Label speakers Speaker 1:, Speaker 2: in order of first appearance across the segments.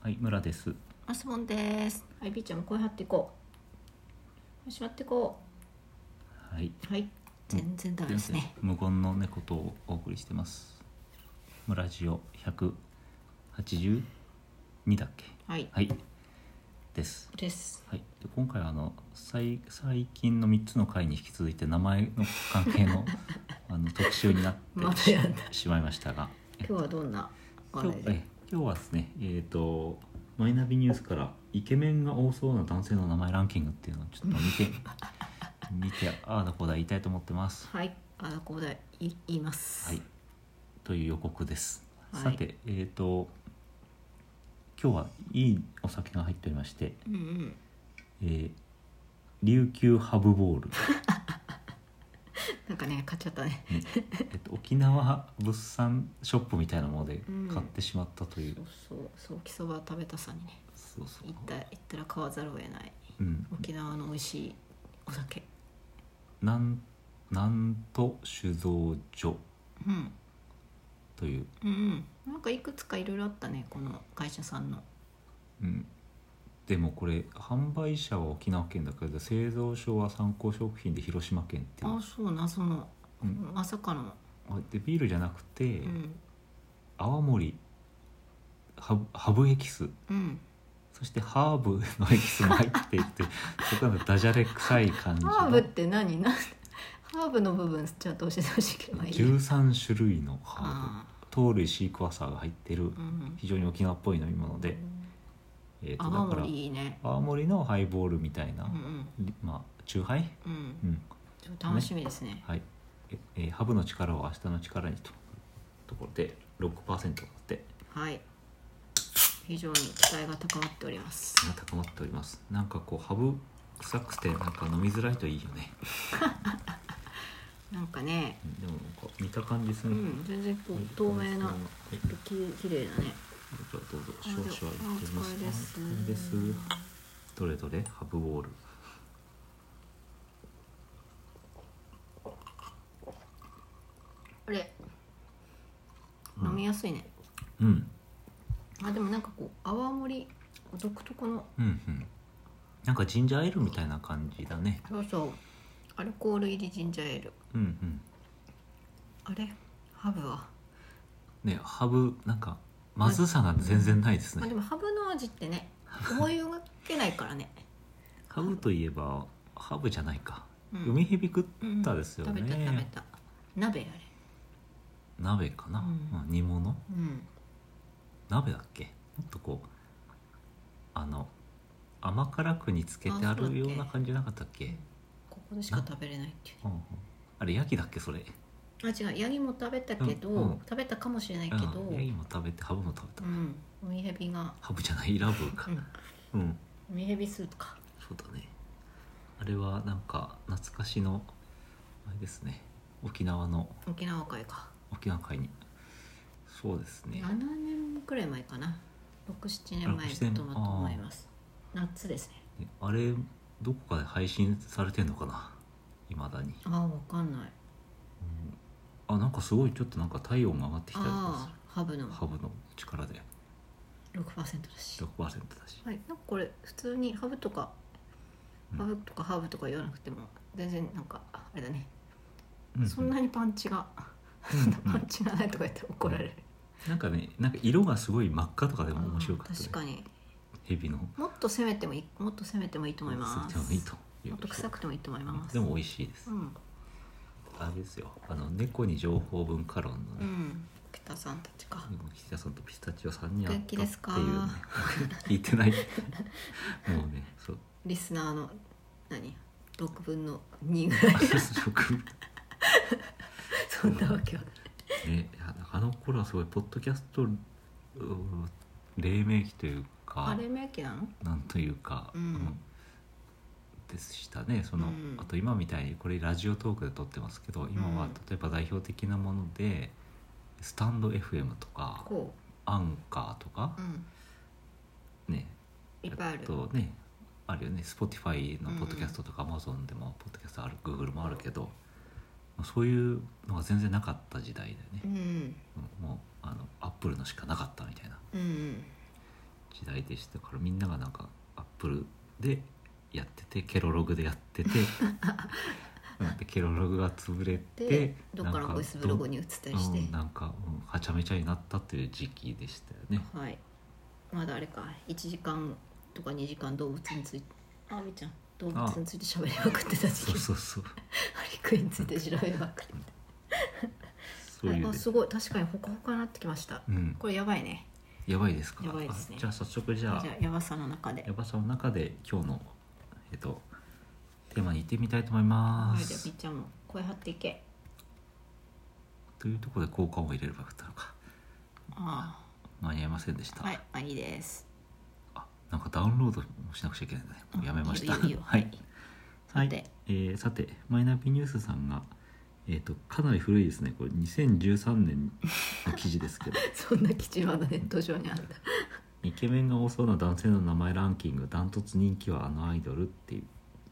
Speaker 1: はい、村です。
Speaker 2: マスボンです。はい、ビーちゃんも声張っていこう。しまっていこ
Speaker 1: はい。
Speaker 2: う。はい、全然ダメですね。
Speaker 1: 無言の猫とをお送りしてます。村ジオ182だっけ？
Speaker 2: はい、
Speaker 1: はい。です。
Speaker 2: です。
Speaker 1: はい。で今回はあの最最近の三つの回に引き続いて名前の関係 のあの特集にな
Speaker 2: ま
Speaker 1: って
Speaker 2: た
Speaker 1: し
Speaker 2: やだ。
Speaker 1: しまいましたが、え
Speaker 2: 今日はどんなお
Speaker 1: 今
Speaker 2: 話
Speaker 1: 日
Speaker 2: で。
Speaker 1: え今日はですね、えっ、と。マイナビニュースからイケメンが多そうな男性の名前ランキングっていうのをちょっと見 て見てああだこうだ言いたいと思ってます。
Speaker 2: はい、あだこうだい言います。
Speaker 1: はい、という予告です。
Speaker 2: はい
Speaker 1: さて、えっ、と今日はいいお酒が入っておりまして、
Speaker 2: うんうん。
Speaker 1: えー琉球ハブボール、
Speaker 2: なんかね、買っちゃったね。
Speaker 1: えっと、沖縄物産ショップみたいなもので
Speaker 2: うん
Speaker 1: 買ってしまったという、
Speaker 2: そうそう、そう、きそば食べたさにね。
Speaker 1: そうそう
Speaker 2: 行った、行ったら買わざるを得ない。
Speaker 1: うん、
Speaker 2: 沖縄の美味しいお酒。
Speaker 1: なんなんと酒造所
Speaker 2: うん。
Speaker 1: という、
Speaker 2: うんうん。なんかいくつかいろいろあったね、この会社さんの。
Speaker 1: うん、でもこれ販売者は沖縄県だけど製造所は参考食品で広島県っていう
Speaker 2: あ、、そう、謎の。
Speaker 1: うん、
Speaker 2: まさかの。
Speaker 1: あでビールじゃなくて、
Speaker 2: うん。
Speaker 1: 泡盛ハブハブエキス
Speaker 2: うん。
Speaker 1: そしてハーブのエキスも入ってい てそこからダジャレ臭い感じの
Speaker 2: ハーブって何 なんハーブの部分じゃあどうしてほしければいい
Speaker 1: 13種類のハ
Speaker 2: あ
Speaker 1: ーブ糖類シークワーサーが入ってる
Speaker 2: ーうん
Speaker 1: 非常に沖縄っぽい飲み物で、えー、と
Speaker 2: 泡
Speaker 1: だから
Speaker 2: 盛いいね
Speaker 1: 泡盛のハイボールみたいな、
Speaker 2: うん
Speaker 1: まあチューハイ、
Speaker 2: うんう
Speaker 1: うんん
Speaker 2: ちょっと楽しみですね
Speaker 1: はいええーハブの力を明日の力にとところで6%だって
Speaker 2: はい非常に期待が高まっております
Speaker 1: が高まっておりますなんかこうハブ臭くてなんか飲みづらいといいよね
Speaker 2: なんかね
Speaker 1: でもなんか見た感じす
Speaker 2: う
Speaker 1: る、
Speaker 2: ん全然こう透明な
Speaker 1: はい、じゃ
Speaker 2: き綺麗だね
Speaker 1: あどうぞ
Speaker 2: あ
Speaker 1: 少々いただきます
Speaker 2: お疲れです
Speaker 1: お疲れですどれどれハブボール
Speaker 2: あれ
Speaker 1: うん
Speaker 2: 飲みやすいね
Speaker 1: うん
Speaker 2: あでもなんかこう泡盛独特の
Speaker 1: うんうんなんかジンジャーエールみたいな感じだね
Speaker 2: そうそうアルコール入りジンジャーエール
Speaker 1: うんうん
Speaker 2: あれハブは
Speaker 1: ねハブなんかまずさが全然ないです
Speaker 2: まあ、
Speaker 1: ね
Speaker 2: でもハブの味っ てね思いがけないからね、
Speaker 1: ハブといえばハブじゃないか、
Speaker 2: うん
Speaker 1: 海蛇食ったですよね、
Speaker 2: 食べた食べた鍋あれ
Speaker 1: 鍋かな、
Speaker 2: うん
Speaker 1: うん煮物
Speaker 2: うん
Speaker 1: 鍋だっけもっとこうあの甘辛く煮つけてあ
Speaker 2: あそうだっ
Speaker 1: る
Speaker 2: け
Speaker 1: ような感じじゃなかったっけ
Speaker 2: ここでしか食べれないっていう
Speaker 1: うんうんあれヤギだっけそれ
Speaker 2: あ違うヤギも食べたけど、
Speaker 1: うんうん
Speaker 2: 食べたかもしれないけど、
Speaker 1: うん、ヤギも食べてハブも食べた、
Speaker 2: うん海ヘビが、
Speaker 1: ハブじゃないラブか
Speaker 2: うん、
Speaker 1: うん、
Speaker 2: 海ヘビスープか
Speaker 1: そうだねあれはなんか懐かしのあれですね沖縄の
Speaker 2: 沖縄会か
Speaker 1: 沖縄会にそうですね
Speaker 2: 7年くらい前かな67年前だと思います夏ですね
Speaker 1: ねあれどこかで配信されてんのかないまだに、
Speaker 2: ああわかんない
Speaker 1: うん、あなんかすごいちょっとなんか体温が上がってきたりとかす
Speaker 2: ああハブの
Speaker 1: るハブの力で
Speaker 2: 6%だし
Speaker 1: 6%だし
Speaker 2: はい、なんかこれ普通にハブとか、
Speaker 1: うん
Speaker 2: ハブとかハーブとか言わなくても全然なんかあれだね、
Speaker 1: うう
Speaker 2: そんなにパンチが、
Speaker 1: うん
Speaker 2: パンチがないとか言って怒られる、
Speaker 1: なんかねなんか色がすごい真っ赤とかでも面白かった、ね、
Speaker 2: 確かに
Speaker 1: 蛇の
Speaker 2: もっと攻めてもいいもっと攻めてもいいと思います
Speaker 1: いいという
Speaker 2: もっと臭くてもいいと思います
Speaker 1: でも美味しいです、
Speaker 2: うん、
Speaker 1: あれですよあの猫に情報文化論の
Speaker 2: う
Speaker 1: ね、
Speaker 2: ん、北さんたちか
Speaker 1: 岸田さんとピスタチオさんに会ったってい
Speaker 2: 元気ですか
Speaker 1: う、ね、 聞いてない もうね そう
Speaker 2: リスナーの何6分の2ぐ らい
Speaker 1: 食
Speaker 2: そんなわけは
Speaker 1: ねいやあの頃はすごいポッドキャストうん黎明期という
Speaker 2: あ
Speaker 1: か
Speaker 2: れ名機なの
Speaker 1: なんというか、
Speaker 2: うん
Speaker 1: でしたねその、
Speaker 2: うん
Speaker 1: あと今みたいにこれラジオトークで撮ってますけど今は
Speaker 2: うん
Speaker 1: 例えば代表的なもので、スタンド FM とか
Speaker 2: こ
Speaker 1: アンカーとか
Speaker 2: う、うん、
Speaker 1: ね
Speaker 2: いっぱいある
Speaker 1: えっとねあるよね Spotify のポッドキャストとか Amazon でもポッドキャストある Google もあるけど、まあそういうのが全然なかった時代だよね
Speaker 2: う、ん
Speaker 1: うんもうあの Apple のしかなかったみたいな
Speaker 2: うんうん
Speaker 1: 時代でしたからみんながなんかアップルでやっててケロログでや っててなんでケロログが潰れて
Speaker 2: でどっから
Speaker 1: なん
Speaker 2: ボイスブログに移ったりして、
Speaker 1: うんなんか、うん、はちゃめちゃになったっていう時期でしたよね
Speaker 2: はいまだあれか1時間とか2時間動物についてあみーちゃん動物について喋りまくってた時
Speaker 1: そう
Speaker 2: 期
Speaker 1: そうそう
Speaker 2: ハリクイについて調べまくって
Speaker 1: そういう
Speaker 2: あ
Speaker 1: ですす、
Speaker 2: ごい確かにほかほかになってきました
Speaker 1: うん、
Speaker 2: これやばいね
Speaker 1: やばいですか
Speaker 2: やばいですね
Speaker 1: あじゃあ早速じ
Speaker 2: じ
Speaker 1: ゃ
Speaker 2: ゃ
Speaker 1: あ
Speaker 2: あやばさの中で
Speaker 1: やばさの中で今日のえっとテーマに行ってみたいと思いま
Speaker 2: はいじゃあ
Speaker 1: す
Speaker 2: みーちゃんも声張っていけ
Speaker 1: というところで効果音を入れればよかったのか
Speaker 2: あ
Speaker 1: 間に合いませんでした、
Speaker 2: あはいあいいです
Speaker 1: あなんかダウンロードもしなくちゃいけないんだねもうやめました
Speaker 2: いいよいいよ
Speaker 1: はい
Speaker 2: は
Speaker 1: はいい
Speaker 2: さて
Speaker 1: えーさてマイナビニュースさんが、えー、とかなり古いですねこれ2013年の記事です けど
Speaker 2: そんな基準はネット上にあった
Speaker 1: イケメンが多そうな男性の名前ランキングダントツ人気はあのアイドルっていう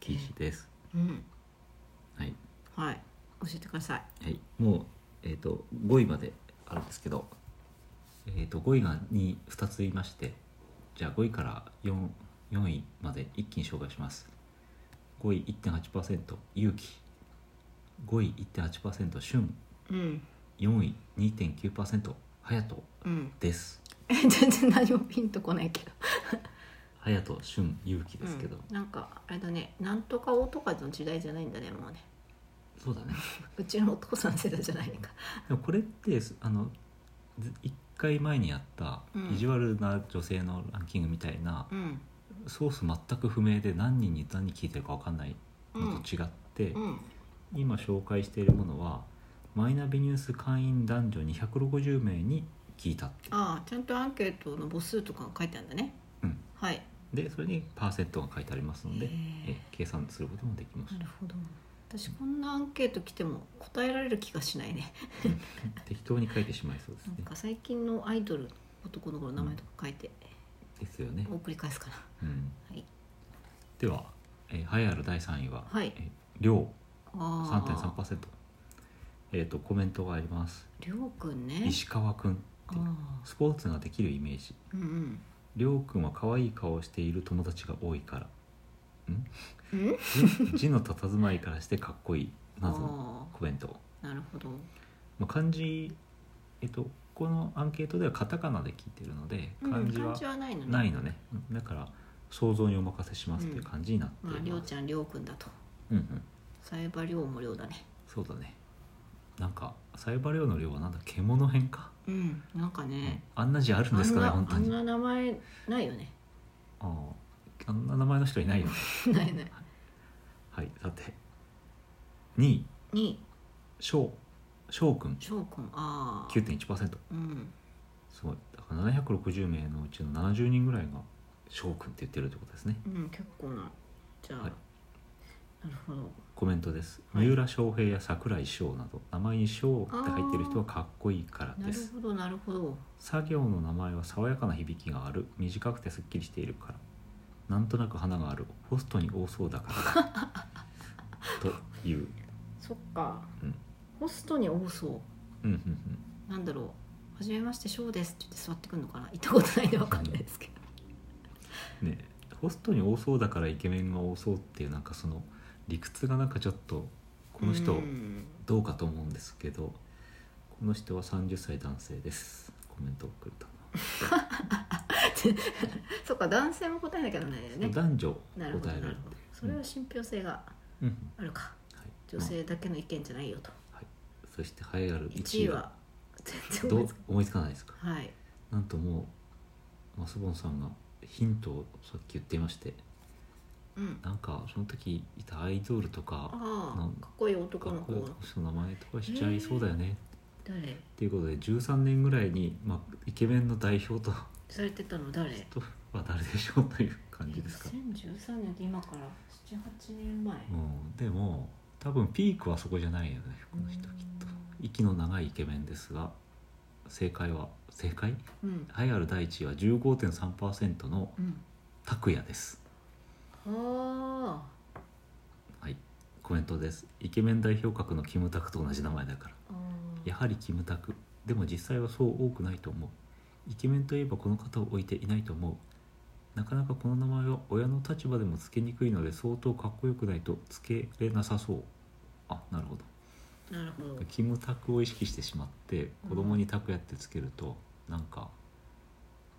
Speaker 1: 記事です、
Speaker 2: うん
Speaker 1: はい
Speaker 2: はい教えてください
Speaker 1: はい、もう、えー、と5位まであるんですけど、えー、と5位がに2ついましてじゃあ5位から 4, 4位まで一気に紹介します5位1.8%勇気5位1.8%旬
Speaker 2: うん
Speaker 1: 4位2.9%隼
Speaker 2: う
Speaker 1: 人
Speaker 2: ん
Speaker 1: です
Speaker 2: え全然何もピンとこないけど
Speaker 1: 隼人旬勇気ですけど、
Speaker 2: うん、なんかあれだねなんとか王とかの時代じゃないんだねもうね
Speaker 1: そうだね
Speaker 2: うちのお父さん世代じゃないか
Speaker 1: でもこれってあの1回前にやった
Speaker 2: うん
Speaker 1: 意地悪な女性のランキングみたいな、
Speaker 2: うん
Speaker 1: ソース全く不明で何人に何聞いてるか分かんないのと違って、
Speaker 2: うん
Speaker 1: 今紹介しているものはマイナビニュース会員男女260名に聞いたって
Speaker 2: ああちゃんとアンケートの母数とかが書いてあるんだね
Speaker 1: うん
Speaker 2: はい
Speaker 1: でそれにパーセントが書いてありますので
Speaker 2: へー
Speaker 1: え計算することもできます
Speaker 2: なるほど私こんなアンケート来ても答えられる気がしないね
Speaker 1: 適当に書いてしまいそうです
Speaker 2: なん
Speaker 1: ね
Speaker 2: か最近のアイドル男の子の名前とか書いて
Speaker 1: ですよね、
Speaker 2: 送り返すかな
Speaker 1: うん、
Speaker 2: はい
Speaker 1: では、えー、栄えある第3位は
Speaker 2: はい
Speaker 1: えー量
Speaker 2: ああ
Speaker 1: 3.3%えっ、とコメントがあります
Speaker 2: りょうくんね
Speaker 1: 石川くんっていう
Speaker 2: ああ
Speaker 1: スポーツができるイメージ
Speaker 2: うんうん
Speaker 1: りょうくんは可愛い顔をしている友達が多い から
Speaker 2: うん
Speaker 1: 字字の佇まいからしてかっこいいなどの
Speaker 2: あ
Speaker 1: コメント、
Speaker 2: あなるほど
Speaker 1: まあ、漢字えっとこのアンケートではカタカナで聞いてるので
Speaker 2: うん
Speaker 1: 漢字
Speaker 2: 漢
Speaker 1: は
Speaker 2: 字はないのね
Speaker 1: ないのね、うんだから想像にお任せしますという感じになってい
Speaker 2: まありょう
Speaker 1: ます、
Speaker 2: ちゃんりょうくんだと
Speaker 1: うんうん
Speaker 2: サイバりょうもりょうだね
Speaker 1: そうだねなんかサイバリオの量はなんだ獣編か、
Speaker 2: うんなんかね、
Speaker 1: あんな字あるん
Speaker 2: あ
Speaker 1: です
Speaker 2: ん
Speaker 1: かね
Speaker 2: な
Speaker 1: 本当
Speaker 2: あん
Speaker 1: にあ
Speaker 2: な名前ないよ ね
Speaker 1: ああんな名前の人いないよね
Speaker 2: ないない
Speaker 1: はいさて2位
Speaker 2: に
Speaker 1: 翔翔くん
Speaker 2: 翔くんああ
Speaker 1: 9.1%
Speaker 2: うん
Speaker 1: すごいだから760名のうちの70人ぐらいが翔くんって言ってるってことですね
Speaker 2: うん結構なじゃあ、
Speaker 1: はい
Speaker 2: なるほど
Speaker 1: コメントです、
Speaker 2: はい
Speaker 1: 三浦翔平や櫻井翔など名前に翔って入ってる人はかっこいいから
Speaker 2: な
Speaker 1: で
Speaker 2: る
Speaker 1: す
Speaker 2: ほどなるほど
Speaker 1: 作業の名前は爽やかな響きがある短くてすっきりしているからなんとなく花があるホストに多そうだから という
Speaker 2: そっか、
Speaker 1: うん
Speaker 2: ホストに多そ
Speaker 1: うんうんうん
Speaker 2: うなんだろう「はじめまして翔です」って言って座ってくるのかな行ったことないんでわかんないですけど
Speaker 1: ねホストに多そうだからイケメンが多そうっていうなんかその理屈がなんかちょっと この
Speaker 2: う
Speaker 1: 人
Speaker 2: ん
Speaker 1: どうかと思うんですけど、この人は30歳男性ですコメントをくれた
Speaker 2: そっか男性も答えなきゃならないよ
Speaker 1: の、
Speaker 2: ね
Speaker 1: 男女
Speaker 2: なるほど
Speaker 1: 答えら
Speaker 2: な
Speaker 1: れ
Speaker 2: る
Speaker 1: て
Speaker 2: ほどそれは信憑性が
Speaker 1: うんうん
Speaker 2: あるか
Speaker 1: はい、
Speaker 2: 女
Speaker 1: ま
Speaker 2: 性だけの意見じゃないよと
Speaker 1: あはい、そして栄えある
Speaker 2: 1
Speaker 1: 1
Speaker 2: 位
Speaker 1: 位は
Speaker 2: は全然
Speaker 1: ど
Speaker 2: 思いうつか
Speaker 1: 思いつかないですか
Speaker 2: ないはい
Speaker 1: なんともうマスボンさんがヒントをさっき言っていまして
Speaker 2: うん
Speaker 1: なんかその時いたアイドルとか
Speaker 2: あ
Speaker 1: なん
Speaker 2: あかっこいい
Speaker 1: 学
Speaker 2: 男の子
Speaker 1: 校の名前とかしちゃいそうだよね
Speaker 2: 誰
Speaker 1: っていうことで13年ぐらいに、まあ、イケメンの代表と
Speaker 2: されてたの誰
Speaker 1: とは誰でしょうという感じですか、
Speaker 2: 2013年って今から78年前
Speaker 1: うん、でも多分ピークはそこじゃないよねこの人きっと息の長いイケメンですが正解は正解
Speaker 2: うん
Speaker 1: 栄えある第一位は15.3%の
Speaker 2: うん
Speaker 1: 拓也です
Speaker 2: あ
Speaker 1: はいコメントですイケメン代表格のキムタクと同じ名前だから
Speaker 2: ーあー
Speaker 1: やはりキムタクでも実際はそう多くないと思うイケメンといえばこの方を置いていないと思うなかなかこの名前は親の立場でもつけにくいので相当かっこよくないとつけれなさそうあなるほど
Speaker 2: なるほど
Speaker 1: キムタクを意識してしまって子供にタクやってつけるとなんか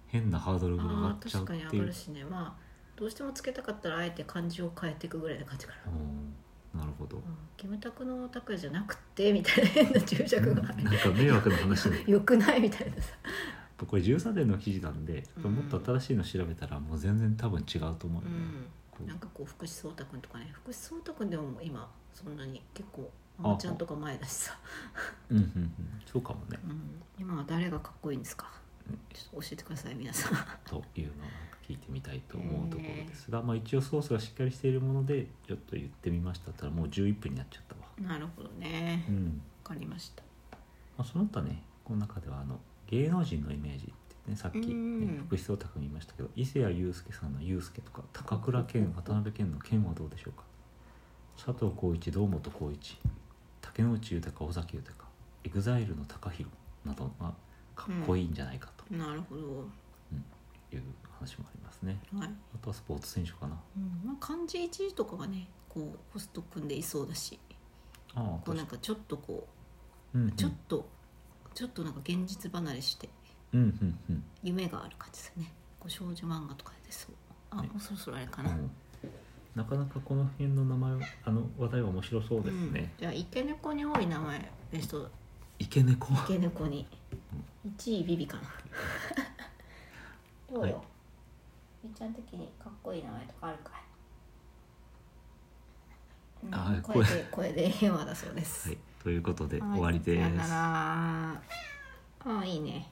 Speaker 1: 変なハードルが上が
Speaker 2: あ
Speaker 1: っ
Speaker 2: あ
Speaker 1: ちゃう
Speaker 2: 確
Speaker 1: っ
Speaker 2: かに
Speaker 1: てい
Speaker 2: 上が
Speaker 1: う
Speaker 2: るしねまあどうしてもつけたかったらあえて漢字を変えていくぐらいな感じかな、
Speaker 1: うんなるほど
Speaker 2: うん、キムタクのタクじゃなくてみたいな変な注釈がある、
Speaker 1: なんか迷惑な 話で
Speaker 2: よくないみたいなさ
Speaker 1: これ13年の記事なんで
Speaker 2: うん
Speaker 1: もっと新しいの調べたらもう全然多分違うと思うよ
Speaker 2: う
Speaker 1: ね、
Speaker 2: ん
Speaker 1: こう
Speaker 2: なんかこう福士蒼太君とかね福士蒼太君でももう今そんなに結構あまちゃんとか前だしさ、
Speaker 1: うんうんうんそうかもね
Speaker 2: うん、今は誰がかっこいいんですか
Speaker 1: うん
Speaker 2: ちょっと教えてください皆さん
Speaker 1: というのを聞いてみたいと思うところですが、まあ、一応ソースがしっかりしているものでちょっと言ってみましたったらもう11分になっちゃったわ
Speaker 2: なるほどね
Speaker 1: う
Speaker 2: わ
Speaker 1: ん
Speaker 2: かりました
Speaker 1: まあ、その他ねこの中ではあの芸能人のイメージって、ね、さっき、
Speaker 2: うん
Speaker 1: ね、福士蒼太君言いましたけど伊勢谷友介さんの友介とか高倉健渡辺謙の健はどうでしょうか佐藤浩市堂本光一竹野内豊尾崎豊 EXILE の高弘などがかっこいいんじゃないか
Speaker 2: なるほど
Speaker 1: という話もありますね、
Speaker 2: はい、
Speaker 1: あとはスポーツ選手かな
Speaker 2: うんまあ、漢字一字とかがねこうホスト組んでいそうだし
Speaker 1: ああ
Speaker 2: こう
Speaker 1: 確
Speaker 2: なん
Speaker 1: か
Speaker 2: かちょっとこ
Speaker 1: うんうん
Speaker 2: うちょっと、ちょっとなんか現実離れして
Speaker 1: うんうんうん
Speaker 2: 夢がある感じですねこう少女漫画とかで出そうあ、
Speaker 1: ね
Speaker 2: もうそろそろあれか
Speaker 1: う
Speaker 2: な、
Speaker 1: んなかなかこの辺の名前をあの話題は面白そうです
Speaker 2: うん
Speaker 1: ね、
Speaker 2: じゃあイケネコに多い名前ベスト
Speaker 1: 池猫
Speaker 2: イケネコに1位ビビかなどうよ、
Speaker 1: は
Speaker 2: みっちゃん的にかっこいい名前とかあるかい、うん
Speaker 1: あ
Speaker 2: 声で声で平和だそうです、
Speaker 1: はい、ということで
Speaker 2: はい
Speaker 1: 終わりです。
Speaker 2: さよならあーいいね